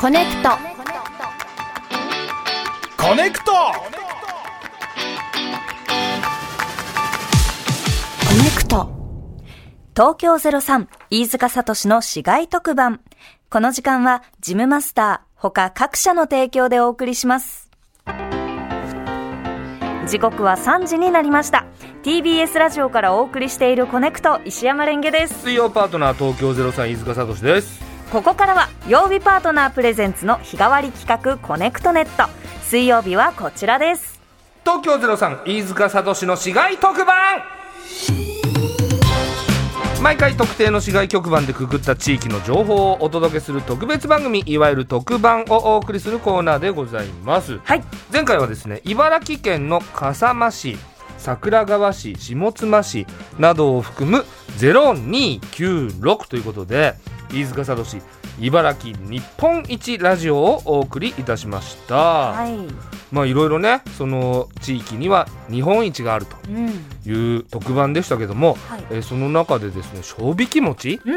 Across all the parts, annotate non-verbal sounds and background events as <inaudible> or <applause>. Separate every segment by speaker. Speaker 1: コネクト
Speaker 2: コネクト
Speaker 1: コネクト
Speaker 3: 東京03飯塚聡の市街特番。この時間はジムマスター、他各社の提供でお送りします。時刻は3時になりました。TBS ラジオからお送りしているコネクト、石山レンゲです。
Speaker 2: 水曜パートナー東京03飯塚聡です
Speaker 3: ここからは曜日パートナープレゼンツの日替わり企画コネクトネット。水曜日はこちらです。
Speaker 2: 東京03飯塚聡の市街特番毎回特定の市街局番でくぐった地域の情報をお届けする特別番組いわゆる特番をお送りするコーナーでございます
Speaker 3: はい。
Speaker 2: 前回はですね茨城県の笠間市桜川市下妻市などを含む0296ということで飯塚聡茨城日本一ラジオをお送りいたしました、
Speaker 3: はい。
Speaker 2: まあいろいろねその地域には日本一があると
Speaker 3: うん。
Speaker 2: いう特番でしたけども、
Speaker 3: はい
Speaker 2: えーその中でですね賞味期餅
Speaker 3: う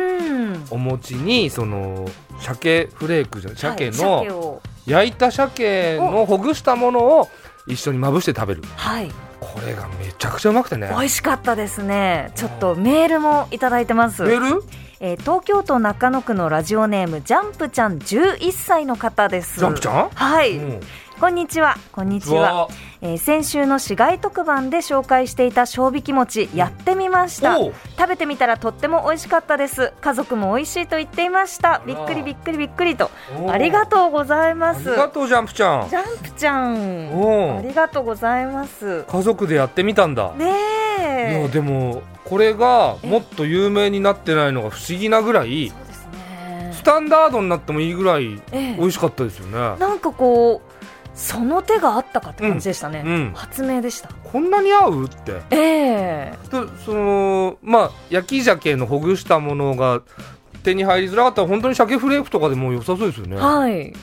Speaker 3: ん。
Speaker 2: お餅にその鮭フレークじゃない鮭
Speaker 3: はい鮭
Speaker 2: の
Speaker 3: を
Speaker 2: 焼いた鮭のほぐしたものを一緒にまぶして食べる
Speaker 3: はい。
Speaker 2: これがめちゃくちゃうまくてね
Speaker 3: 美味しかったですね。ちょっとメールもいただいてます。
Speaker 2: メール
Speaker 3: えー東京都中野区のラジオネームジャンプちゃん11歳の方です。
Speaker 2: ジャンプちゃん
Speaker 3: はい、
Speaker 2: うん
Speaker 3: こんにちは。こんにち
Speaker 2: う
Speaker 3: は。
Speaker 2: わ
Speaker 3: えー先週の市街特番で紹介していた賞味き餅やってみました。
Speaker 2: おう
Speaker 3: 食べてみたらとっても美味しかったです。家族も美味しいと言っていました。びっくりびっくりびっくりと
Speaker 2: おう
Speaker 3: ありがとうございま
Speaker 2: あ
Speaker 3: す。
Speaker 2: り
Speaker 3: ジ
Speaker 2: が
Speaker 3: ャ
Speaker 2: とうジャンプちゃん
Speaker 3: ンプちゃん、
Speaker 2: う
Speaker 3: あ
Speaker 2: ん
Speaker 3: りがとうございます。
Speaker 2: 家族でやってみたんだ
Speaker 3: ね
Speaker 2: い
Speaker 3: え。
Speaker 2: やでもこれが
Speaker 3: え
Speaker 2: もっと有名になってないのが不思議なぐらい
Speaker 3: そうですね
Speaker 2: スタンダードになってもいいぐらい
Speaker 3: ええ
Speaker 2: 美味しかったですよね
Speaker 3: なんかこうその手があったかって感じでしたね、
Speaker 2: うん
Speaker 3: 発明でした
Speaker 2: こんなに合うって
Speaker 3: ええ
Speaker 2: とそのまあ焼き鮭のほぐしたものが手に入りづらかったら本当に鮭フレークとかでも良さそうですよねいや
Speaker 3: はい
Speaker 2: あれう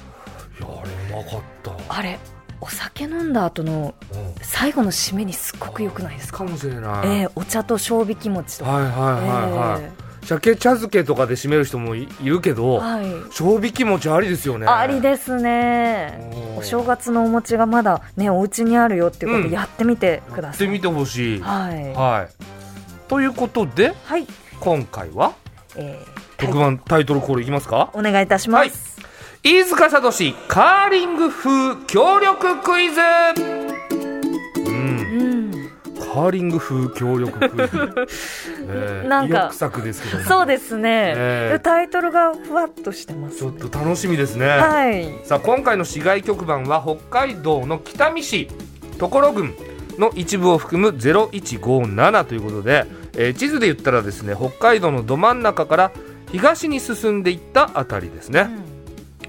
Speaker 2: まかった
Speaker 3: あれお酒飲んだ後の
Speaker 2: うん
Speaker 3: 最後の締めにすっごく良くないです
Speaker 2: か
Speaker 3: か
Speaker 2: もしれない、
Speaker 3: ええお茶と賞味き餅とか
Speaker 2: はいはいはいはい、
Speaker 3: え
Speaker 2: 鮭茶漬けとかで締める人もいいるけ
Speaker 3: え
Speaker 2: ど
Speaker 3: はい
Speaker 2: 賞味期持ちありですよね
Speaker 3: ありですね
Speaker 2: おー
Speaker 3: お正月のお餅がまだねお家にあるよっていうこと
Speaker 2: うん
Speaker 3: でやってみてく
Speaker 2: や
Speaker 3: だ
Speaker 2: っ
Speaker 3: さ
Speaker 2: て
Speaker 3: い、
Speaker 2: みてほしい
Speaker 3: はいは
Speaker 2: はいということで
Speaker 3: い、
Speaker 2: 今回は
Speaker 3: ええ
Speaker 2: 特番タイトルコールいきますか、
Speaker 3: お願いいたします、
Speaker 2: 飯塚聡カーリング風協力クイズうん、
Speaker 3: うん
Speaker 2: カーリング風協力ク <laughs> イズ、ええ
Speaker 3: なんか
Speaker 2: 意欲作ですけども
Speaker 3: そうですね、
Speaker 2: ええ
Speaker 3: タイトルがふわっとしてます
Speaker 2: ちょっと楽しみですね、
Speaker 3: はい
Speaker 2: さあ今回の市街局番は北海道の北見市所郡の一部を含む0157ということで、えー地図で言ったらですね北海道のど真ん中から東に進んでいったあたりですね、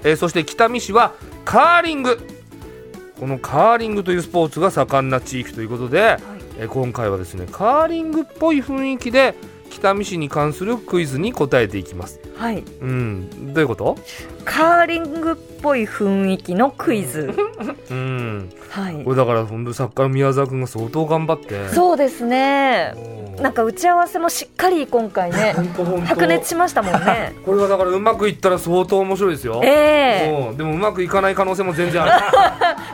Speaker 2: えーそして北見市はカーリングこのカーリングというスポーツが盛んな地域ということで、えー今回はですねカーリングっぽい雰囲気で北見市に関するクイズに答えていきます。
Speaker 3: はい、
Speaker 2: うん、どういうこと
Speaker 3: カーリングっぽい雰囲気のクイズ。
Speaker 2: うん、
Speaker 3: はい
Speaker 2: こ。れだから本当に作家の宮沢君が相当頑張って
Speaker 3: そうですね。
Speaker 2: う
Speaker 3: なんか打ち合わせもしっかり今回ね、
Speaker 2: 本当本当
Speaker 3: 白熱しましたもん
Speaker 2: <laughs>
Speaker 3: ね。
Speaker 2: これはだからうまくいったら相当面白いですよ、
Speaker 3: ええ
Speaker 2: うんでもうまくいかない可能性も全然
Speaker 3: <laughs>
Speaker 2: あ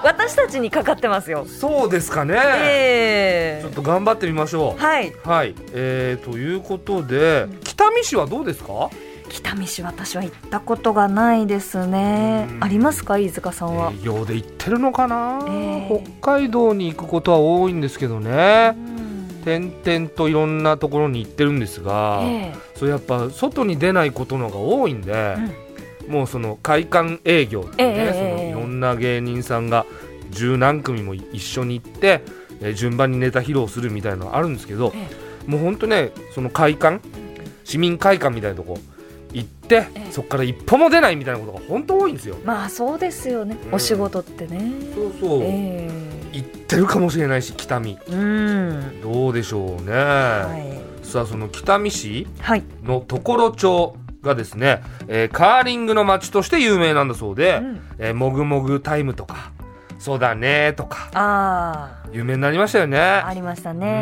Speaker 3: 私たちにかかってますよ
Speaker 2: る。そうですかね、
Speaker 3: え
Speaker 2: ち
Speaker 3: え
Speaker 2: ょっと頑張ってみましょう
Speaker 3: はい。
Speaker 2: はい、えー、ということで北見市はどうですか
Speaker 3: 北見市私は行ったことがないですね
Speaker 2: う。ん
Speaker 3: ありますか飯塚さんは。
Speaker 2: 営業で行ってるのかな、
Speaker 3: えー
Speaker 2: 北海道に行くことは多いんですけどね
Speaker 3: うん
Speaker 2: 点々といろんなところに行ってるんですが、
Speaker 3: ええ
Speaker 2: それやっぱ外に出ないことのが多いんで、もうその会館営業っていうね、
Speaker 3: ええ
Speaker 2: そ
Speaker 3: ええ
Speaker 2: のいろんな芸人さんが十何組も一緒に行って、えー順番にネタ披露するみたいなのあるんですけど、
Speaker 3: え
Speaker 2: もうほんとねその会館市民会館みたいなとこ行って、
Speaker 3: ええ
Speaker 2: そこから一歩も出ないみたいなことが本当多いんですよ。
Speaker 3: まあそうですよね
Speaker 2: う。ん
Speaker 3: お仕事ってね。
Speaker 2: そうそう、
Speaker 3: え
Speaker 2: 行ってるかもしれないし北見
Speaker 3: えうん。
Speaker 2: どうでしょうね、
Speaker 3: は
Speaker 2: さあその北見市
Speaker 3: い。はい。
Speaker 2: の常呂町がですね、えーカーリングの街として有名なんだそうで、
Speaker 3: うん
Speaker 2: えーもぐもぐタイムとかそうだねーとか
Speaker 3: ああ。
Speaker 2: 有名になりましたよね
Speaker 3: <laughs> ありました
Speaker 2: う
Speaker 3: ね。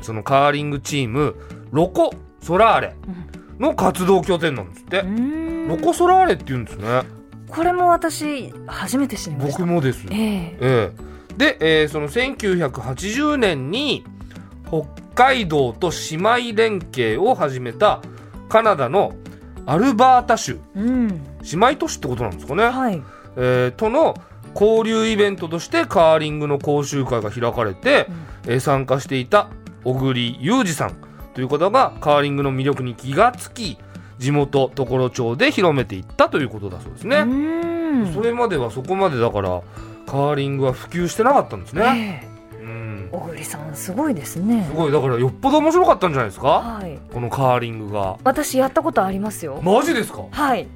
Speaker 2: んそのカーリングチームロコ・ソラーレの活動拠点なんですって、
Speaker 3: うん
Speaker 2: ロコ・ソラーレって言うんですね
Speaker 3: これも私初めて知りました
Speaker 2: 僕もです。え
Speaker 3: ええ
Speaker 2: えで、えーその1980年に北海道と姉妹連携を始めたカナダのアルバータ州
Speaker 3: うん
Speaker 2: 姉妹都市ってことなんですかね、
Speaker 3: はい
Speaker 2: えーとの交流イベントとしてカーリングの講習会が開かれて、えー参加していた小栗裕二さんという方がカーリングの魅力に気がつき地元常呂町で広めていったということだそうです
Speaker 3: う
Speaker 2: ね、
Speaker 3: ん
Speaker 2: それまではそこまでだからカーリングは普及してなかったんですね、
Speaker 3: ええ
Speaker 2: うん、
Speaker 3: 小栗さんすごいですね
Speaker 2: すごいだからよっぽど面白かったんじゃないですか
Speaker 3: はい
Speaker 2: このカーリングが
Speaker 3: 私やったことありますよ
Speaker 2: マジですか
Speaker 3: はい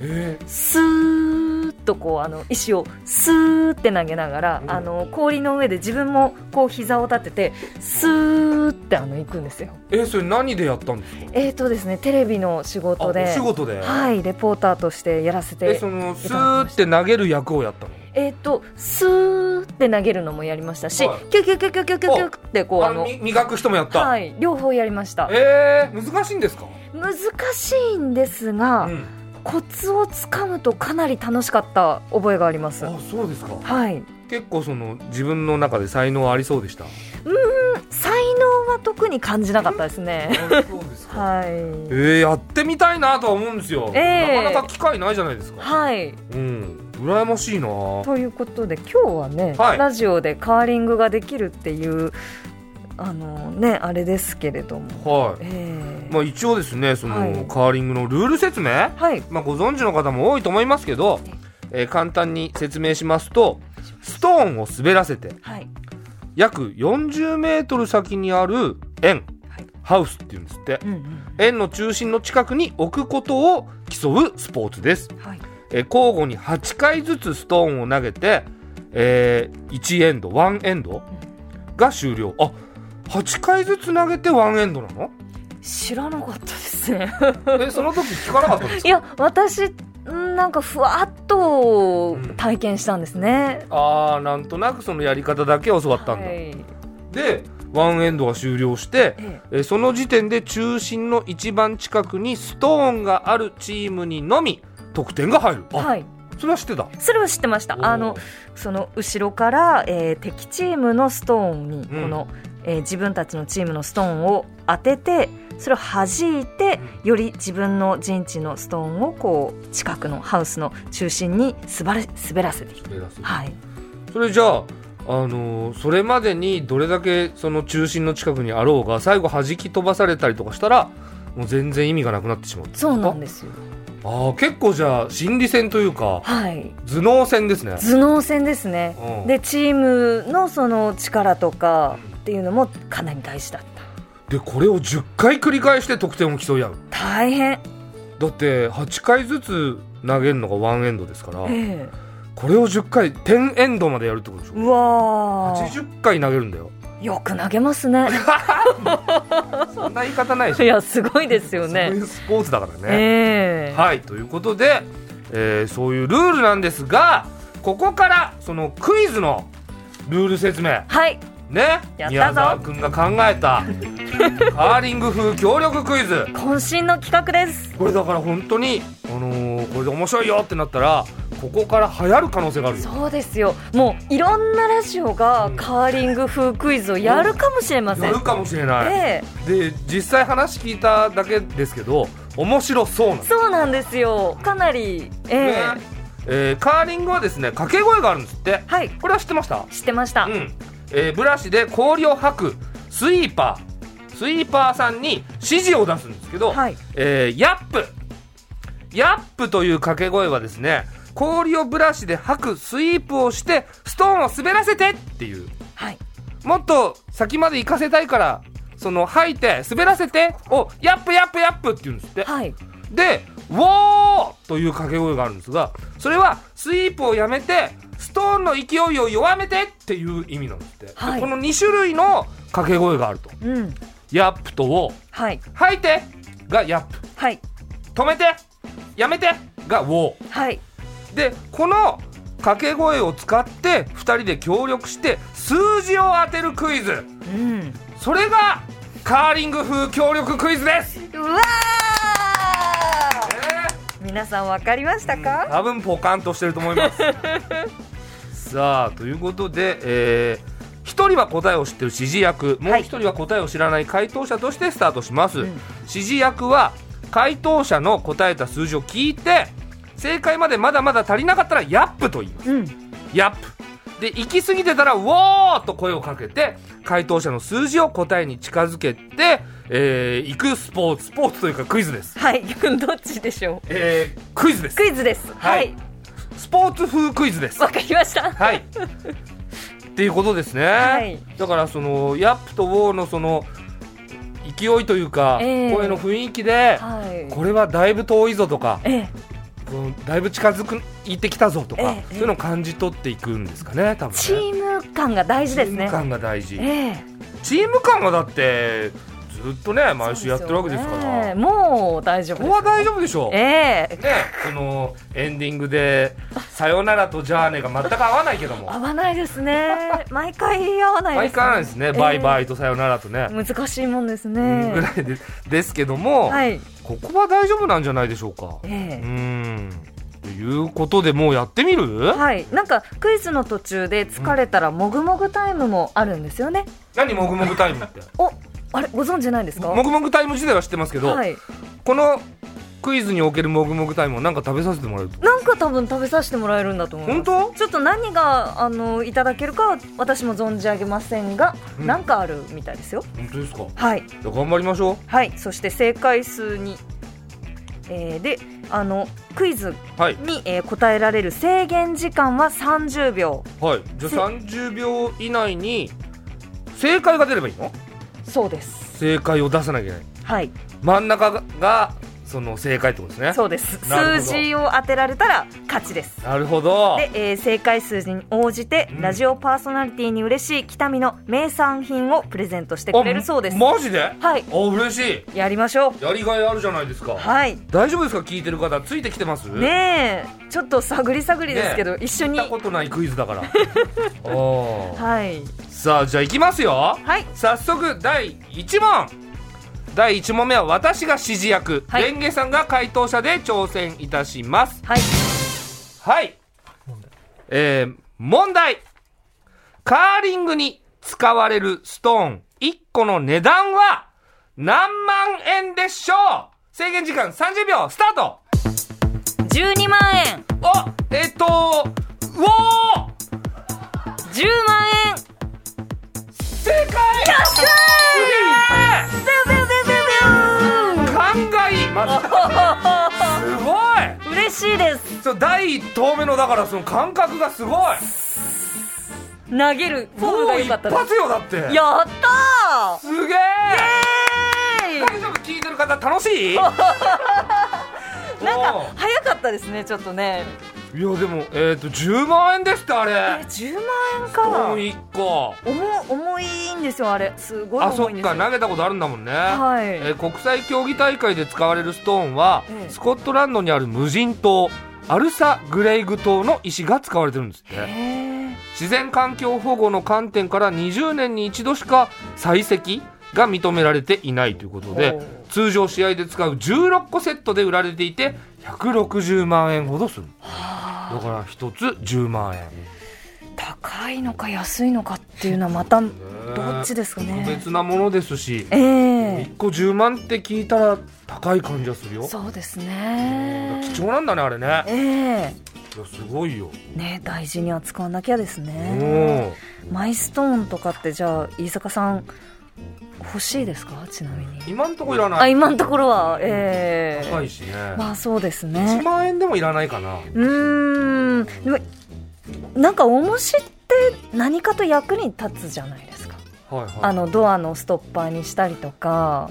Speaker 2: え
Speaker 3: スーッとこうあの石をスーって投げながら、
Speaker 2: うん
Speaker 3: あの氷の上で自分もこう膝を立ててスーってあの行くんですよ
Speaker 2: ー、えーそれ何でやったんですか
Speaker 3: えーとですねテレビの仕
Speaker 2: あ
Speaker 3: 事
Speaker 2: お
Speaker 3: で
Speaker 2: 仕事で、
Speaker 3: はいレポーターとしてやらせ
Speaker 2: え
Speaker 3: て
Speaker 2: そのスーって投げる役をやったの
Speaker 3: えーとスーって投げるのもやりましたし、
Speaker 2: はい
Speaker 3: キュキュキュキュキュキュキュってこう
Speaker 2: あ
Speaker 3: あ
Speaker 2: の
Speaker 3: の
Speaker 2: み磨く人もやった、
Speaker 3: はい両方やりました
Speaker 2: えー、難しいんですか、
Speaker 3: 難しいんですが、
Speaker 2: うん、
Speaker 3: コツをつかむとかなり楽しかった覚えがあります
Speaker 2: あそうですか
Speaker 3: はい
Speaker 2: 結構その自分の中で才能ありそうでした
Speaker 3: 才能は特に感じなかったですね。
Speaker 2: そうですえ
Speaker 3: は
Speaker 2: ー、やってみたいなとは思うんですよ、
Speaker 3: ええ
Speaker 2: なかなか機会ないじゃないです
Speaker 3: い。
Speaker 2: か
Speaker 3: はい。
Speaker 2: うん羨ましいな
Speaker 3: ということで今日はね、
Speaker 2: はい
Speaker 3: ラジオでカーリングができるっていうあのねあれですけれども、
Speaker 2: は
Speaker 3: え
Speaker 2: い
Speaker 3: ー
Speaker 2: まあ一応ですねその、
Speaker 3: はい
Speaker 2: カーリングのルール説明
Speaker 3: はい
Speaker 2: まあ、ご存知の方も多いと思いますけど、えー簡単に説明しますとストーンを滑らせて
Speaker 3: はい
Speaker 2: 約40メートル先にある円、
Speaker 3: はい
Speaker 2: ハウスっていうんですって
Speaker 3: うんうん
Speaker 2: 円の中心の近くに置くことを競うスポーツです、
Speaker 3: はい
Speaker 2: えー交互に8回ずつストーンを投げて、え1エンド1エンドが終了あ8回ずつ投げて1エンドな
Speaker 3: <laughs>
Speaker 2: の
Speaker 3: 知らなかったですね。
Speaker 2: えその時聞かなかったんです
Speaker 3: い
Speaker 2: か
Speaker 3: や私んなんかふわっと体験したんですね。
Speaker 2: あーなんとなくそのやり方だけ教わったんだ、
Speaker 3: はいえ
Speaker 2: でワンエンドが終了して、
Speaker 3: え
Speaker 2: えーその時点で中心の一番近くにストーンがあるチームにのみ得点が入るあ、
Speaker 3: はい。
Speaker 2: それは知ってた
Speaker 3: それは知ってました。あのその後ろから、えー敵チームのストーンにこ
Speaker 2: うん
Speaker 3: の、えー自分たちのチームのストーンを当ててそれを弾いてより自分の陣地のストーンをこう近くのハウスの中心に滑ら滑らせていく。
Speaker 2: 滑らせる
Speaker 3: はい、
Speaker 2: それじゃああのーそれまでにどれだけその中心の近くにあろうが最後弾き飛ばされたりとかしたらもう全然意味がなくなってしまう
Speaker 3: そうなんですよ。
Speaker 2: あー結構じゃあ心理戦というか
Speaker 3: はい、
Speaker 2: 頭脳戦ですね
Speaker 3: 頭脳戦ですね。
Speaker 2: うん
Speaker 3: でチームのその力とかっていうのもかなり大事だった。
Speaker 2: でこれを10回繰り返して得点を競い合う
Speaker 3: 大変。
Speaker 2: だって8回ずつ投げるのがワンエンドですから
Speaker 3: ええ
Speaker 2: これを10回10エンドまでやるってことでしょ
Speaker 3: うわー
Speaker 2: 80回投げるんだよ
Speaker 3: よく投げますね。
Speaker 2: そんな言い方ないで
Speaker 3: い
Speaker 2: しょ
Speaker 3: やすごいですよ
Speaker 2: そう
Speaker 3: ね
Speaker 2: い。うスポーツだからね、
Speaker 3: ええ
Speaker 2: はいということで、えーそういうルールなんですがここからそのクイズのルール説明
Speaker 3: はい、
Speaker 2: ね
Speaker 3: やったぞ
Speaker 2: 宮沢君が考え
Speaker 3: <laughs>
Speaker 2: たカーリング風協力クイズ
Speaker 3: 渾身の企画です。
Speaker 2: これだから本当にあのーこれで面白いよってなったらここから流行る可能性があるよ
Speaker 3: そうですよ。もういろんなラジオがカーリング風クイズをやるかもしれませ
Speaker 2: や
Speaker 3: ん
Speaker 2: る。かもしれない、
Speaker 3: ええ
Speaker 2: で実際話聞いただけですけど面白そうなんです
Speaker 3: そうなんですよ。かなり、ええ
Speaker 2: ねえーカーリングはですね掛け声があるんですって
Speaker 3: はい、
Speaker 2: これは知ってました
Speaker 3: 知ってました。
Speaker 2: うん、えーブラシで氷を吐くスイーパースイーパーさんに指示を出すんですけど、
Speaker 3: はい、
Speaker 2: えーヤップヤップという掛け声はですね氷をブラシで吐くスイープをしてストーンを滑らせてっていう
Speaker 3: はい、
Speaker 2: もっと先まで行かせたいからその吐いて滑らせてをヤップヤップヤップって言うんですって
Speaker 3: はい、
Speaker 2: で「ウォー!」という掛け声があるんですがそれはスイープをやめてストーンの勢いを弱めてっていう意味なんですって、で
Speaker 3: はい
Speaker 2: この2種類の掛け声があると
Speaker 3: うん、
Speaker 2: 「ヤップ」と「ウォー
Speaker 3: はい、」
Speaker 2: 「吐いて」が「ヤップ
Speaker 3: はい、」
Speaker 2: 「止めて」「やめて」が「ウォー
Speaker 3: はい、」
Speaker 2: でこの掛け声を使って2人で協力して数字を当てるクイズ
Speaker 3: うん、
Speaker 2: それがカーリング風協力クイズです、
Speaker 3: うわー。
Speaker 2: えー
Speaker 3: 皆さん分かりましたか、
Speaker 2: 多分ポカンとしてると思います <laughs> さあということで、え1人は答えを知ってる指示役もう1人は答えを知らない回答者としてスタートします、
Speaker 3: うん
Speaker 2: 指示役は回答者の答えた数字を聞いて正解までまだまだ足りなかったら「ヤップ」と言います
Speaker 3: うん、
Speaker 2: 「ヤップ」で行き過ぎてたら「ウォー!」と声をかけて回答者の数字を答えに近づけて、えー、行くスポーツスポーツというかクイズです、
Speaker 3: はい <laughs> どっちでしょう
Speaker 2: えー、クイズです
Speaker 3: クイズですはい
Speaker 2: スポーツ風クイズです
Speaker 3: わ、かりました
Speaker 2: はい。っていうことですね。
Speaker 3: はい
Speaker 2: だからそのヤップとウォーのその勢いというか、
Speaker 3: ええ
Speaker 2: 声の雰囲気で、
Speaker 3: はい
Speaker 2: これはだいぶ遠いぞとか、
Speaker 3: ええ
Speaker 2: このだいぶ近づくいてきたぞとか、
Speaker 3: ええ
Speaker 2: そういうのを感じ取っていくんですかね、多分ね。
Speaker 3: チーム感が大事です
Speaker 2: チー
Speaker 3: ね
Speaker 2: ム感が大事。
Speaker 3: ええ
Speaker 2: チーム感がだってずっとね毎週やってるわけですか
Speaker 3: そう
Speaker 2: ら、
Speaker 3: よねもう大丈夫
Speaker 2: こ
Speaker 3: です
Speaker 2: こは大丈夫でしょう。
Speaker 3: ええ
Speaker 2: ね、そのエンディングで「さよなら」と「じゃあね」が全く合わないけども
Speaker 3: 合わないです
Speaker 2: <laughs>
Speaker 3: ね毎回合わないで
Speaker 2: 毎
Speaker 3: す、
Speaker 2: 回あるんですね、バイバイとさよならとね、
Speaker 3: イ難しいもんで
Speaker 2: う
Speaker 3: す
Speaker 2: んぐ
Speaker 3: ね
Speaker 2: らいでですけども、
Speaker 3: はい
Speaker 2: ここは大丈夫なんじゃないでしょうか。
Speaker 3: え
Speaker 2: う
Speaker 3: え
Speaker 2: んということでもうやってみる、
Speaker 3: はい、なんかクイズの途中で疲れたらもぐもぐタイムもあるんですよね。
Speaker 2: 何もぐもぐタイムって
Speaker 3: お、あれご存知ないですか？
Speaker 2: もぐもぐタイム自体は知ってますけど、
Speaker 3: はい、
Speaker 2: このクイズにおけるもぐもぐタイムをなんか食べさせてもらえると
Speaker 3: なんか多分食べさせてもらえるんだと思い
Speaker 2: 本
Speaker 3: ます。
Speaker 2: 当
Speaker 3: ちょっと何があのいただけるかは私も存じ上げませんが、
Speaker 2: うん
Speaker 3: なんかあるみたいですよ。
Speaker 2: 本当ですかじ
Speaker 3: はい、
Speaker 2: ゃあ頑張りましょ
Speaker 3: はい、そして正解数に、えーであのクイズ
Speaker 2: うはい
Speaker 3: に、えー答えられる制限時間は30秒。
Speaker 2: はいじゃあ30秒以内に正解が出ればいいの
Speaker 3: そうです。
Speaker 2: 正解を出さなきゃいけない
Speaker 3: はい、
Speaker 2: 真ん中ががその正解ってことですね
Speaker 3: そうです。
Speaker 2: <laughs> なるほ
Speaker 3: 数
Speaker 2: ど
Speaker 3: 字を当てられたら勝ちです。
Speaker 2: なるほど
Speaker 3: で、えー正解数に応じて、
Speaker 2: うん
Speaker 3: ラジオパーソナリティに嬉しい北見の名産品をプレゼントして
Speaker 2: あ
Speaker 3: くれるそうです、
Speaker 2: マジで
Speaker 3: はい
Speaker 2: あ嬉しい
Speaker 3: やりましょう
Speaker 2: やりがいあるじゃないですか
Speaker 3: はい
Speaker 2: 大丈夫ですか聞いてる方ついてきてます
Speaker 3: ねえちょっと探り探りですけど、一緒
Speaker 2: 聞い
Speaker 3: に
Speaker 2: たことないクイズだから
Speaker 3: <laughs>
Speaker 2: おー
Speaker 3: はい
Speaker 2: さあじゃあいきますよ
Speaker 3: はい
Speaker 2: 早速第1問第1問目は私が指示役、
Speaker 3: はい
Speaker 2: レンゲさんが回答者で挑戦いたします
Speaker 3: はい
Speaker 2: はいえー、問題カーリングに使われるストーン1個の値段は何万円でしょう制限時間30秒スタート
Speaker 3: 12万円
Speaker 2: あえっとうおー
Speaker 3: 10万円
Speaker 2: 正解よっしゃ
Speaker 3: ビュービュービュービュー
Speaker 2: すげ
Speaker 3: ビュ
Speaker 2: え感慨まずすごい
Speaker 3: ー嬉しいです
Speaker 2: そう第一投目のだからその感覚がすごい
Speaker 3: 投げるフォーム
Speaker 2: も
Speaker 3: が
Speaker 2: う
Speaker 3: 良
Speaker 2: 一
Speaker 3: かったです
Speaker 2: 発よだって
Speaker 3: やった
Speaker 2: すげえ
Speaker 3: ーイエー
Speaker 2: 大丈夫聞いてる方楽し
Speaker 3: <laughs>
Speaker 2: い
Speaker 3: イなんか早かったですねちょっとね
Speaker 2: おーいやでもえっ、と10万円でしたあ
Speaker 3: え
Speaker 2: れ
Speaker 3: 10万円
Speaker 2: スト
Speaker 3: か
Speaker 2: ーン1個
Speaker 3: 重重いんですよあれすごい
Speaker 2: あ
Speaker 3: 重
Speaker 2: そ
Speaker 3: い
Speaker 2: っ
Speaker 3: んです
Speaker 2: か
Speaker 3: よ
Speaker 2: 投げたことあるんだもんね
Speaker 3: はい
Speaker 2: えー国際競技大会で使われるストーンは、
Speaker 3: ええ
Speaker 2: スコットランドにある無人島アルサ・グレイグ島の石が使われてるんですって
Speaker 3: へ
Speaker 2: 自然環境保護の観点から20年に一度しか採石が認められていないということ
Speaker 3: ほ
Speaker 2: で
Speaker 3: う
Speaker 2: 通常試合で使う16個セットで売られていて160万円ほどするだから一つ10万円
Speaker 3: え高いのか安いのかっていうのはまたどっちですか
Speaker 2: 特
Speaker 3: ね
Speaker 2: 別なものですし
Speaker 3: ええ
Speaker 2: 1個10万って聞いたら高い感じがするよ
Speaker 3: そうです
Speaker 2: 貴
Speaker 3: ね
Speaker 2: 重なんだねあれね
Speaker 3: ええ
Speaker 2: いやすごいよ
Speaker 3: ね大事に扱わなきゃですね
Speaker 2: うん
Speaker 3: マイストーンとかってじゃあ飯坂さん欲しいですかちなみに
Speaker 2: 今んとこいら
Speaker 3: あ
Speaker 2: ない
Speaker 3: 今のところはええ
Speaker 2: 高いしね
Speaker 3: まあそうですね
Speaker 2: 1万円でもいらないかな
Speaker 3: うーんでもなんか重しって何かと役に立つじゃないですか
Speaker 2: はい
Speaker 3: あ
Speaker 2: は
Speaker 3: のドアのストッパーにしたりとか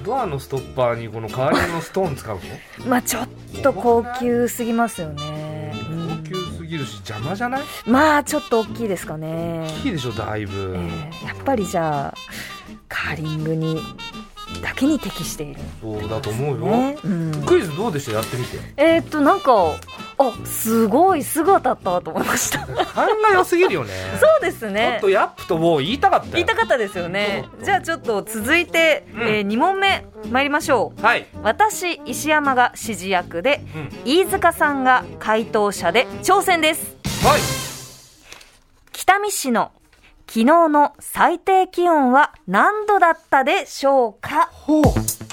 Speaker 2: いドアのストッパーにこの代わりのストーン使うの
Speaker 3: まあちょっと高級すぎますよね、
Speaker 2: 高級すぎるし邪魔じゃない
Speaker 3: うんまあちょっと大きいですかね、
Speaker 2: 大きいでしょだいぶ
Speaker 3: えーやっぱりじゃあカーリングにだけに適しているんで
Speaker 2: そうだと思
Speaker 3: す
Speaker 2: うよ
Speaker 3: ね、うん、
Speaker 2: クイズどうでしたやってみて
Speaker 3: えーっとなんかあすごいすぐ当たったと思いました <laughs> そ
Speaker 2: 勘が良すぎるよね
Speaker 3: うです
Speaker 2: もっ
Speaker 3: ね
Speaker 2: とヤップともう言いたかったよ
Speaker 3: 言いたかったですよねじゃあちょっと続いて、
Speaker 2: うん
Speaker 3: え2問目参りましょう
Speaker 2: はい、
Speaker 3: 私石山が指示役で
Speaker 2: うん、
Speaker 3: 飯塚さんが回答者で挑戦です
Speaker 2: はい
Speaker 3: 北見市の昨日の最低気温は何度だったでしょうか
Speaker 2: ほう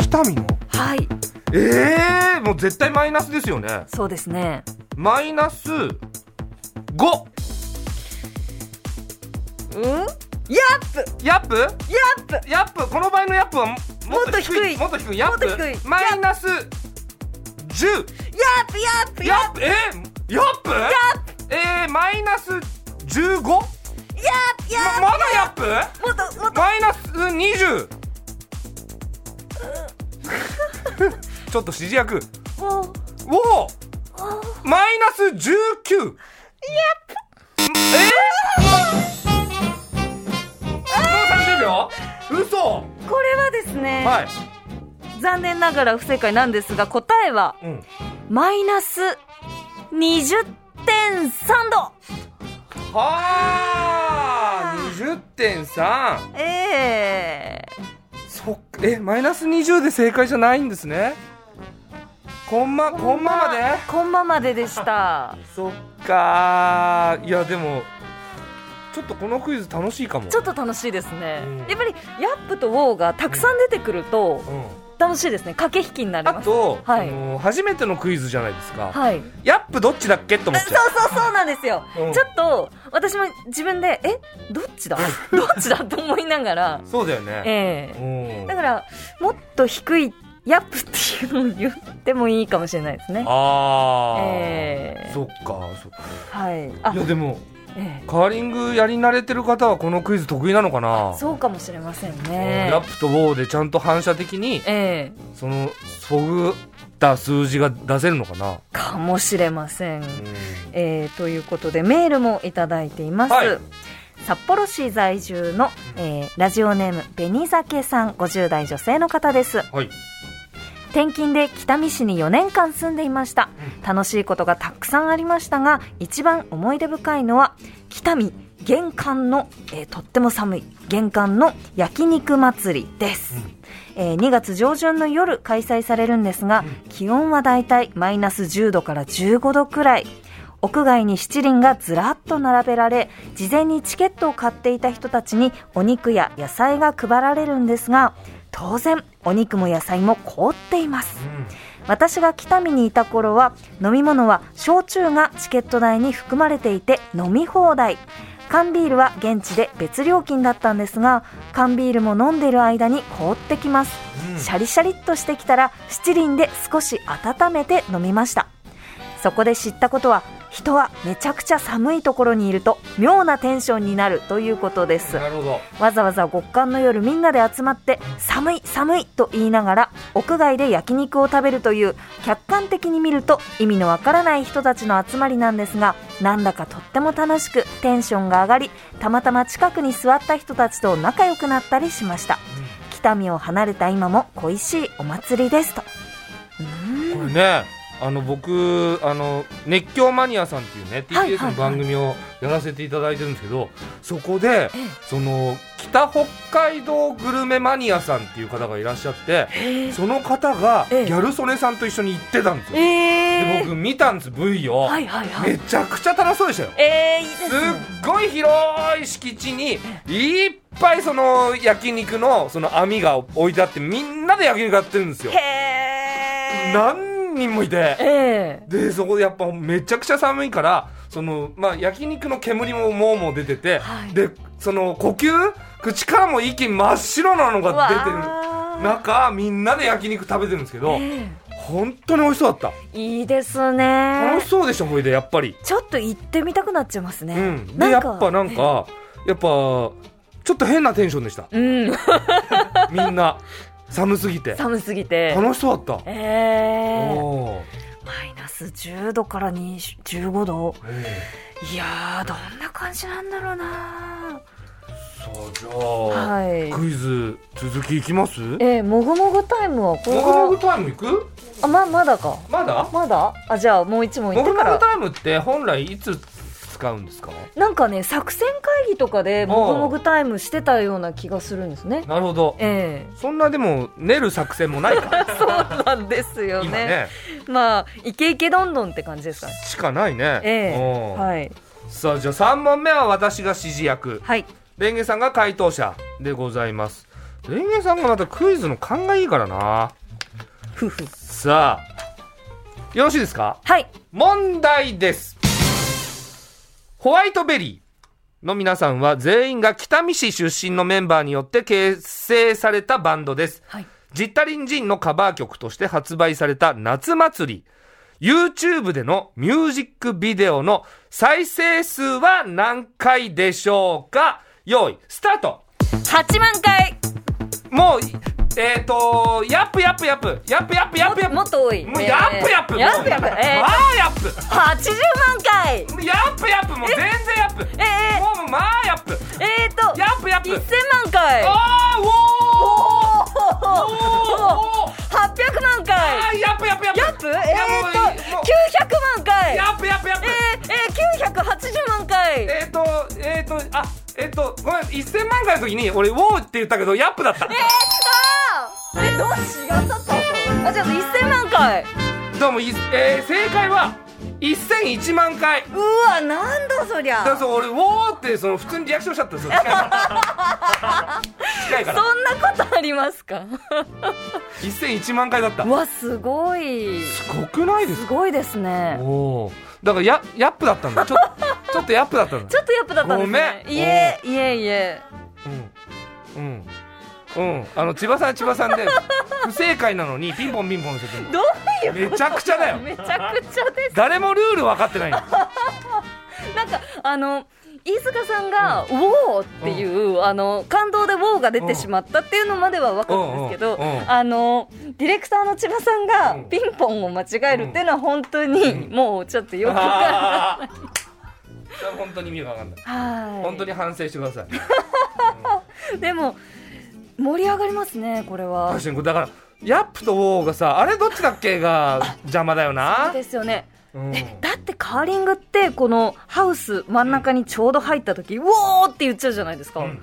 Speaker 2: 北見の
Speaker 3: はい
Speaker 2: ええー、もう絶対マイナスですよね
Speaker 3: そうですね
Speaker 2: マイナス5
Speaker 3: うんやっぷ
Speaker 2: ヤップ
Speaker 3: やっぷ
Speaker 2: ヤップこの場合のヤップはももっと低い
Speaker 3: も
Speaker 2: もっと低いヤップ
Speaker 3: もっと低い
Speaker 2: マイナス10
Speaker 3: やっぷやっぷ
Speaker 2: ヤ
Speaker 3: や
Speaker 2: ップえー、ヤップヤップえー、マイナス 15? ま
Speaker 3: っぷやっ
Speaker 2: まだヤップ
Speaker 3: ぷもっともっと
Speaker 2: マイナス20ちょっと指示役
Speaker 3: おー
Speaker 2: おおマイナス19えー、もう30秒嘘
Speaker 3: これはですね、
Speaker 2: はい、
Speaker 3: 残念ながら不正解なんですが答えは
Speaker 2: うん、
Speaker 3: マイナス20.3度
Speaker 2: はあ20.3
Speaker 3: ええ
Speaker 2: そっかえマイナス20で正解じゃないんですねコンマコンマまで
Speaker 3: コンマまででした
Speaker 2: そっかーいやでもちょっとこのクイズ楽しいかも
Speaker 3: ちょっと楽しいですね、
Speaker 2: うん
Speaker 3: やっぱりヤップとウォーがたくさん出てくると
Speaker 2: うん
Speaker 3: 楽しいですね駆け引きになり
Speaker 2: あ
Speaker 3: ます
Speaker 2: と、
Speaker 3: はい
Speaker 2: あの初めてのクイズじゃないですか、
Speaker 3: はい
Speaker 2: ヤップどっちだっけと思
Speaker 3: あ
Speaker 2: っ
Speaker 3: そう
Speaker 2: ちゃう
Speaker 3: そうそうなんですよ、
Speaker 2: うん
Speaker 3: ちょっと私も自分でえどっち <laughs> だどっちだと思いながら
Speaker 2: そうだよね、
Speaker 3: え
Speaker 2: う
Speaker 3: え
Speaker 2: ん
Speaker 3: だからもっと低いヤップっていうのを言ってもいいかもしれないですね
Speaker 2: あー、
Speaker 3: ええ
Speaker 2: そっかそっか
Speaker 3: はいあ
Speaker 2: いやでも
Speaker 3: え
Speaker 2: カーリングやり慣れてる方はこのクイズ得意なのかな
Speaker 3: えそうかもしれません
Speaker 2: うん
Speaker 3: ね
Speaker 2: ヤップとウォーでちゃんと反射的に
Speaker 3: ええ
Speaker 2: そのそぐった数字が出せるのかな、
Speaker 3: かもしれません、
Speaker 2: うん
Speaker 3: えーということでメールもいただいています、
Speaker 2: はい
Speaker 3: 札幌市在住の、えーラジオネーム紅酒さん50代女性の方です
Speaker 2: はい
Speaker 3: 転勤で北見市に4年間住んでいました楽しいことがたくさんありましたが一番思い出深いのは北見玄関の、えーとっても寒い玄関の焼肉祭りです、えー2月上旬の夜開催されるんですが気温はだいたいマイナス10度から15度くらい屋外に七輪がずらっと並べられ事前にチケットを買っていた人たちにお肉や野菜が配られるんですが当然お肉も野菜も凍っています
Speaker 2: うん
Speaker 3: 私が北見にいた頃は飲み物は焼酎がチケット代に含まれていて飲み放題缶ビールは現地で別料金だったんですが缶ビールも飲んでいる間に凍ってきます
Speaker 2: うん
Speaker 3: シャリシャリっとしてきたら七輪で少し温めて飲みましたそこで知ったことは人はめちゃくちゃ寒いところにいると妙なテンションになるということです
Speaker 2: なるほど
Speaker 3: わざわざ極寒の夜みんなで集まって寒い寒いと言いながら屋外で焼肉を食べるという客観的に見ると意味のわからない人たちの集まりなんですがなんだかとっても楽しくテンションが上がりたまたま近くに座った人たちと仲良くなったりしました北見を離れた今も恋しいお祭りですとうー
Speaker 2: こ
Speaker 3: ん
Speaker 2: れねあの僕あの熱狂マニアさんっていうね
Speaker 3: はい
Speaker 2: TBS の番組をやらせていただいてるんですけど、そこでその北北海道グルメマニアさんっていう方がいらっしゃって
Speaker 3: え
Speaker 2: その方がギ
Speaker 3: ええ
Speaker 2: ャル曽根さんと一緒に行ってたんですよ、で
Speaker 3: え
Speaker 2: 僕見たんです V を、
Speaker 3: はいはいは
Speaker 2: め
Speaker 3: い
Speaker 2: ちゃくちゃ楽しそうでしたよ
Speaker 3: えー、いいですす
Speaker 2: っ
Speaker 3: ね
Speaker 2: ごい広い敷地にいっぱいその焼肉のその網が置いてあってみんなで焼肉やってるんですよ
Speaker 3: へー
Speaker 2: 何人もいて
Speaker 3: ええ
Speaker 2: でそこでやっぱめちゃくちゃ寒いからその、まあ、焼肉の煙ももうもう出てて、
Speaker 3: はい
Speaker 2: でその呼吸口からも息真っ白なのが出てる
Speaker 3: わー
Speaker 2: 中みんなで焼肉食べてるんですけど、
Speaker 3: え
Speaker 2: 本当に美味しそうだっ
Speaker 3: えいいです
Speaker 2: た
Speaker 3: ね
Speaker 2: 楽しそうでしょほいでやっぱり、
Speaker 3: ちょっと行ってみたくなっちゃいますね、
Speaker 2: うんでやっぱなんかやっぱちょっと変なテンションでした
Speaker 3: うん <laughs>
Speaker 2: みんな寒すぎて
Speaker 3: 寒すぎて
Speaker 2: 楽しそうだった、
Speaker 3: ええ
Speaker 2: おー
Speaker 3: マイナス10度から20 15度
Speaker 2: え
Speaker 3: いやーどんな感じなんだろうな
Speaker 2: ーさあじゃあ、
Speaker 3: はい
Speaker 2: クイズ続きいきますも
Speaker 3: えー、もぐもぐタイムはこ
Speaker 2: ぐ
Speaker 3: れ
Speaker 2: もぐ
Speaker 3: が
Speaker 2: タイムいく
Speaker 3: あままだか
Speaker 2: まだ
Speaker 3: まだあじゃあもう一問い
Speaker 2: も
Speaker 3: っ
Speaker 2: ぐ
Speaker 3: て
Speaker 2: もぐ
Speaker 3: から
Speaker 2: タイムって本来いつ使うんですか
Speaker 3: なんかね作戦会議とかでもぐもぐタイムしてたような気がするんですね
Speaker 2: なるほど
Speaker 3: ええ
Speaker 2: そんなでも練る作戦も <laughs> ないから
Speaker 3: <laughs> そうなんですよね
Speaker 2: 今ね
Speaker 3: まあイケイケどんどんって感じですかね
Speaker 2: しかないね、
Speaker 3: ええ
Speaker 2: うん
Speaker 3: はい
Speaker 2: さあじゃあ3問目は私が指示役
Speaker 3: はい
Speaker 2: レンゲさんが回答者でございますレンゲさんがまたクイズの勘がいいからな
Speaker 3: 夫婦
Speaker 2: さあよろしいですか
Speaker 3: はい
Speaker 2: 問題ですホワイトベリーの皆さんは全員が北見市出身のメンバーによって結成されたバンドです
Speaker 3: はい
Speaker 2: ジッタリンジンのカバー曲として発売された夏祭り YouTube でのミュージックビデオの再生数は何回でしょうか用意スタート
Speaker 3: 8万回
Speaker 2: もうえっ、ー、とヤップヤップヤップヤップヤップヤップヤップ
Speaker 3: もっと多い
Speaker 2: もうヤップヤップ
Speaker 3: えーヤップヤップ
Speaker 2: もう
Speaker 3: え
Speaker 2: ま
Speaker 3: ー
Speaker 2: あヤップ
Speaker 3: 80万回
Speaker 2: ヤップヤップもう全然ヤップ
Speaker 3: えー
Speaker 2: もうもうまあヤップ
Speaker 3: えーと
Speaker 2: ヤップヤッ
Speaker 3: 1000
Speaker 2: プ
Speaker 3: 万回
Speaker 2: あーおーおーおー
Speaker 3: 800万回
Speaker 2: あーヤップヤップヤップ
Speaker 3: ヤップえー
Speaker 2: いやもう
Speaker 3: と
Speaker 2: もう
Speaker 3: 900万回
Speaker 2: ヤップヤップヤップ
Speaker 3: えーえー980万回
Speaker 2: えっ、ー、と、えっ、ー、と、あ、えっ、ー、と、ごめん、1000万回の時に、俺、ウォーって言ったけど、ヤップだった。
Speaker 3: あーえどうし違ったったあじゃあ1000万回
Speaker 2: どうも、いえー、正解は、1001万回。
Speaker 3: うわなんだそりゃ
Speaker 2: だからそう、俺、ウォーって、その、普通にリアクションしちゃったんですよ。近いから。近いか
Speaker 3: そん
Speaker 2: ら。
Speaker 3: なことありますか
Speaker 2: 1001万回だった
Speaker 3: う。わすごい
Speaker 2: すごくないです
Speaker 3: す
Speaker 2: か
Speaker 3: ごいですね
Speaker 2: おお。だから、や、ヤップだったんだ。ちょ、ちょっとヤップだったんだ
Speaker 3: ち。ょっとヤップだったんですね
Speaker 2: ごめん
Speaker 3: いえいえいえ
Speaker 2: うん。うん。うん。あの、千葉さん、千葉さんで、不正解なのに、ピンポンピンポンしてて
Speaker 3: どういう
Speaker 2: めちゃくちゃだよ。
Speaker 3: めちゃくちゃです
Speaker 2: 誰もルール分かってないの
Speaker 3: なんかあの飯塚さんが「ウォー!」っていう、あの感動で「ウォー!」が出てしまったっていうのまでは分かるんですけど、
Speaker 2: うんうんうん
Speaker 3: あのディレクターの千葉さん
Speaker 2: う
Speaker 3: が
Speaker 2: ん
Speaker 3: ピンポンを間違えるっていうのは本当に、もうちょっとよく分か
Speaker 2: あーそれ <laughs> は本当に意味が分かんない <laughs>
Speaker 3: るはい
Speaker 2: 本当に反省してください
Speaker 3: でも盛り上がりますねこれは
Speaker 2: 確かにだからヤップとウォーがさあれどっちだっけが邪魔だよな
Speaker 3: ですよね
Speaker 2: うん
Speaker 3: だってカーリングってこのハウス真ん中にちょうど入った時「ウォー!」って言っちゃうじゃないですか、
Speaker 2: うん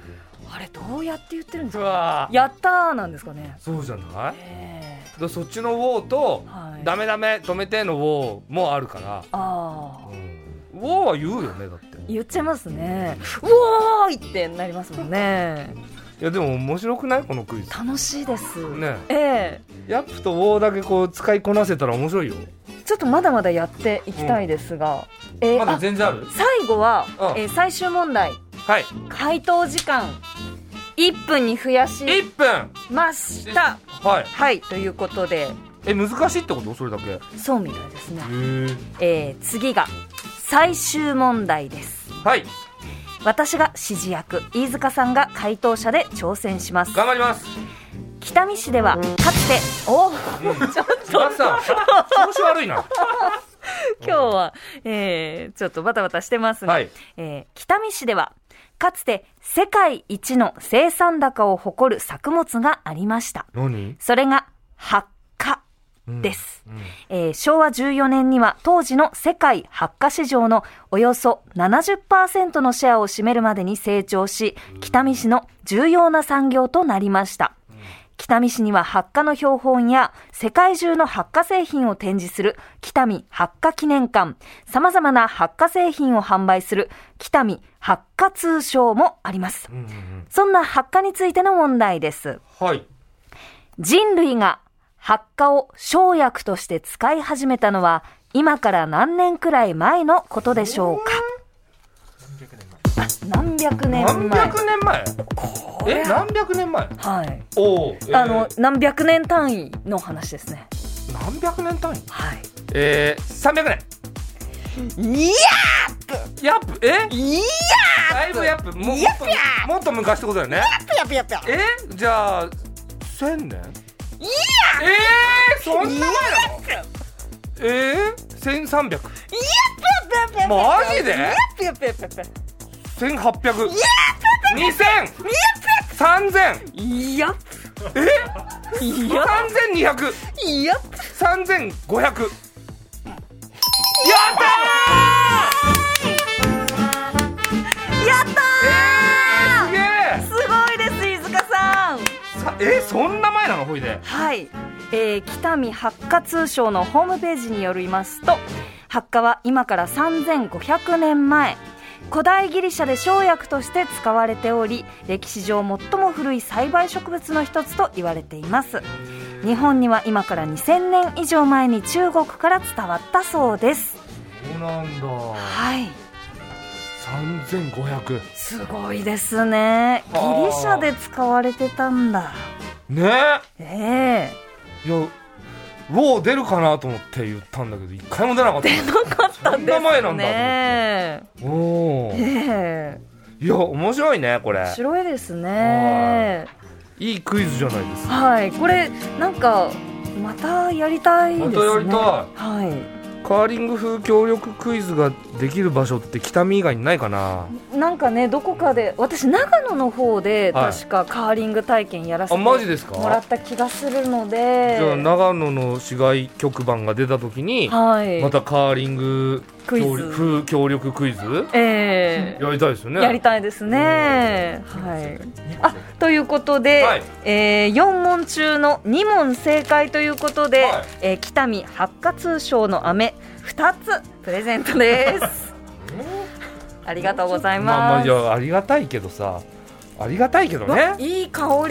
Speaker 3: あれどうやって言ってるんです
Speaker 2: う
Speaker 3: か
Speaker 2: わー
Speaker 3: やったーなんですかね、
Speaker 2: そうじゃない
Speaker 3: え
Speaker 2: だからそっちのウォーと
Speaker 3: はい
Speaker 2: ダメダメ止めてのウォーもあるから
Speaker 3: ー、ああ
Speaker 2: うんウォーは言うよねだって
Speaker 3: 言っちゃいますね「おーい!」ってなりますもんね
Speaker 2: いやでも面白くないこのクイズ
Speaker 3: 楽しいです
Speaker 2: ね
Speaker 3: え
Speaker 2: ヤップとウォーだけこう使いこなせたら面白いよ
Speaker 3: えちょっとまだまだやっていきたいですが、ええ
Speaker 2: まだ
Speaker 3: あ
Speaker 2: 全然ある
Speaker 3: 最後は、
Speaker 2: うん
Speaker 3: えー最終問題
Speaker 2: はい
Speaker 3: 回答時間1分に増やし
Speaker 2: 1分
Speaker 3: ました
Speaker 2: はい
Speaker 3: はいということで
Speaker 2: え難しいってことそれだけへ
Speaker 3: そうみたいですね、
Speaker 2: え
Speaker 3: えー次が最終問題です
Speaker 2: はい
Speaker 3: 私が指示役飯塚さんが回答者で挑戦します
Speaker 2: 頑張ります <laughs>
Speaker 3: 北見市ではかつておーちょっと
Speaker 2: 千葉さん調子悪い <laughs> な
Speaker 3: 今日は、えー、ちょっとバタバタしてますが、
Speaker 2: はい
Speaker 3: えー北見市では、かつて世界一の生産高を誇る作物がありました。
Speaker 2: 何
Speaker 3: それが発火です、
Speaker 2: ん
Speaker 3: えー昭和14年には当時の世界発火市場のおよそ70%のシェアを占めるまでに成長し、北見市の重要な産業となりました。北見市には発火の標本や世界中の発火製品を展示する北見発火記念館、様々な発火製品を販売する北見発火通商もあります。そんな発火についての問題です。
Speaker 2: はい
Speaker 3: 人類が発火を生薬として使い始めたのは今から何年くらい前のことでしょうかあ何百年前
Speaker 2: 何百年前
Speaker 3: れ
Speaker 2: え何百年前
Speaker 3: はい、
Speaker 2: おお、えー
Speaker 3: あの何百年単位の話ですね
Speaker 2: 何百年単位
Speaker 3: はい
Speaker 2: えー、300年
Speaker 3: いや
Speaker 2: ヤップえ
Speaker 3: いや
Speaker 2: だいぶヤップももっ
Speaker 3: ヤップ
Speaker 2: ともっと昔ってことだよね
Speaker 3: ぴやぴやぴや
Speaker 2: えじゃあ千年
Speaker 3: いや
Speaker 2: えー、そんな前なのえー、千三百
Speaker 3: ぴやぴやぴや
Speaker 2: マジで
Speaker 3: ぴやぴやぴやぴや
Speaker 2: 千八百
Speaker 3: いや
Speaker 2: 20003000
Speaker 3: いやえいや
Speaker 2: 3200
Speaker 3: いや
Speaker 2: 3500やったーえ
Speaker 3: やったー
Speaker 2: ー、
Speaker 3: すごいです飯塚さん
Speaker 2: すげえさえそんな前なのほいで
Speaker 3: はい、えー、北見発火通商のホームページによりますと発火は今から3500年前古代ギリシャで生薬として使われており歴史上最も古い栽培植物の一つと言われています日本には今から2000年以上前に中国から伝わったそうです
Speaker 2: そうなんだ
Speaker 3: はい
Speaker 2: 3500
Speaker 3: すごいですねギリシャで使われてたんだ
Speaker 2: ねえ
Speaker 3: ええ
Speaker 2: いやロー出るかなと思って言ったんだけど一回も出なかった出な
Speaker 3: かったん
Speaker 2: そ
Speaker 3: ですね
Speaker 2: んな前なんだと思っておお
Speaker 3: ねえ
Speaker 2: ー
Speaker 3: え
Speaker 2: いや面白いねこれ
Speaker 3: 面白いですね
Speaker 2: いいクイズじゃないですか
Speaker 3: はいこれなんかまたやりたいですね
Speaker 2: またやりたい
Speaker 3: は
Speaker 2: カーリング風協力クイズができる場所って北見以外にないかない
Speaker 3: なんかねどこかで私長野の方で
Speaker 2: はい
Speaker 3: 確かカーリング体験やらせ
Speaker 2: あ
Speaker 3: て
Speaker 2: マジ
Speaker 3: も
Speaker 2: ですから
Speaker 3: った気がするので
Speaker 2: じゃあ長野の市街局番が出た時に
Speaker 3: はい
Speaker 2: またカーリング
Speaker 3: クイズ
Speaker 2: 協力風協力クイズ
Speaker 3: ええ
Speaker 2: やりたいですよね
Speaker 3: やりたいですね。はい。あ、ということで、
Speaker 2: はい
Speaker 3: えー四問中の二問正解ということで、
Speaker 2: はい
Speaker 3: えー北見発火通商の飴二つプレゼン
Speaker 2: <laughs>
Speaker 3: トです。ありがとうござい
Speaker 2: まあま
Speaker 3: ま
Speaker 2: あ
Speaker 3: す。
Speaker 2: いやありがたいけどさありがたいけどね
Speaker 3: わいい香り。わ、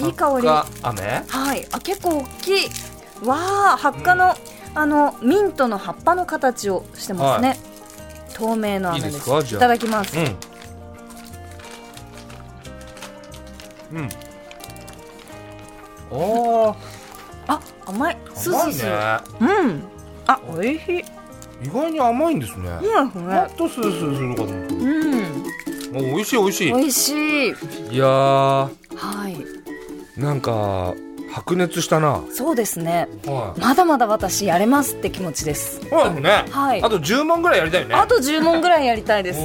Speaker 3: いい香り。
Speaker 2: あ雨
Speaker 3: はい。あ、結構大きい。わあ、発火の、あのミントの葉っぱの形をしてますね。
Speaker 2: は
Speaker 3: 透明の飴
Speaker 2: いい
Speaker 3: で。
Speaker 2: ですすかじゃ
Speaker 3: い
Speaker 2: あ
Speaker 3: ただきます。
Speaker 2: うんうんああ
Speaker 3: あ、甘い。スース
Speaker 2: 甘
Speaker 3: ー
Speaker 2: い
Speaker 3: す
Speaker 2: ね
Speaker 3: るうん。あ、美味しい。
Speaker 2: 意外に甘いんですねも
Speaker 3: そうですね
Speaker 2: っ。とスースーするのかと思った
Speaker 3: うん。
Speaker 2: お美味しい美味しい
Speaker 3: 美味しい。
Speaker 2: いやー
Speaker 3: はい。
Speaker 2: なんか白熱したなはい
Speaker 3: そうですね。
Speaker 2: ほ
Speaker 3: まだまだ私やれますって気持ちです。
Speaker 2: らね
Speaker 3: はい
Speaker 2: あと10問ぐらいやりたいよね
Speaker 3: あと10問ぐらいやりたいです。
Speaker 2: お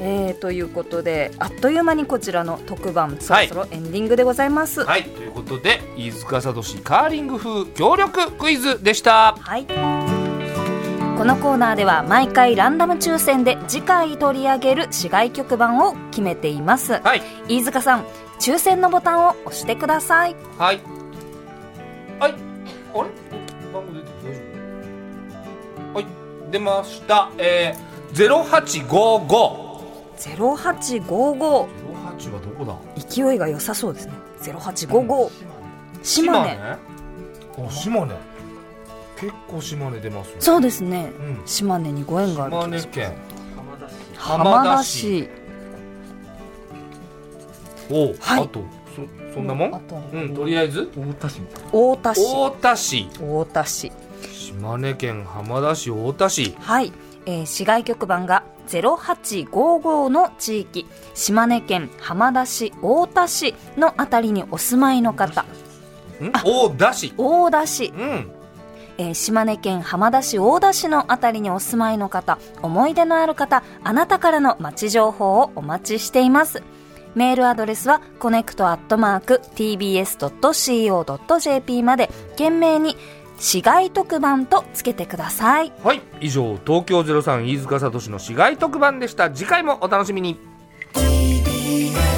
Speaker 3: えー、ということであっという間にこちらの特番そろそろエンディングでございます。
Speaker 2: ーはいということで飯塚聡カーリング風協力クイズでした
Speaker 3: はい。このコーナーでは毎回ランダム抽選で次回取り上げる市外局番を決めています。
Speaker 2: はい
Speaker 3: 飯塚さん、抽選のボタンを押してください。
Speaker 2: はいはいあれ番号出て大丈夫はい出ましたえー、0855
Speaker 3: 0855
Speaker 2: 08はどこだ
Speaker 3: 勢いが良さそうですね。0855島根。
Speaker 2: あ島根結構島根出ますね
Speaker 3: そうですね。
Speaker 2: うん
Speaker 3: 島根にご縁がある
Speaker 2: 島根
Speaker 3: 気がします
Speaker 2: 県
Speaker 3: 浜
Speaker 2: 浜
Speaker 3: 田
Speaker 2: 田
Speaker 3: 市
Speaker 2: 市おう、
Speaker 3: はい
Speaker 2: あとそそんなも
Speaker 3: あ
Speaker 2: ん
Speaker 3: と
Speaker 2: うんとりあえず
Speaker 3: 大田市
Speaker 2: 太田市
Speaker 3: 大田市
Speaker 2: 島根県浜田市太田市
Speaker 3: はい、えー、市外局番が0855の地域島根県浜田市大田市のあたりにお住まいの方
Speaker 2: ん大田市
Speaker 3: 大田市
Speaker 2: う、ん
Speaker 3: えー島根県浜田市大田市のあたりにお住まいの方思い出のある方あなたからの街情報をお待ちしていますメールアドレスはコネクトアットマーク tbs.co.jp まで懸命に市街特番とつけてください
Speaker 2: はい以上東京03飯塚聡の市街特番でした次回もお楽しみに
Speaker 1: TBS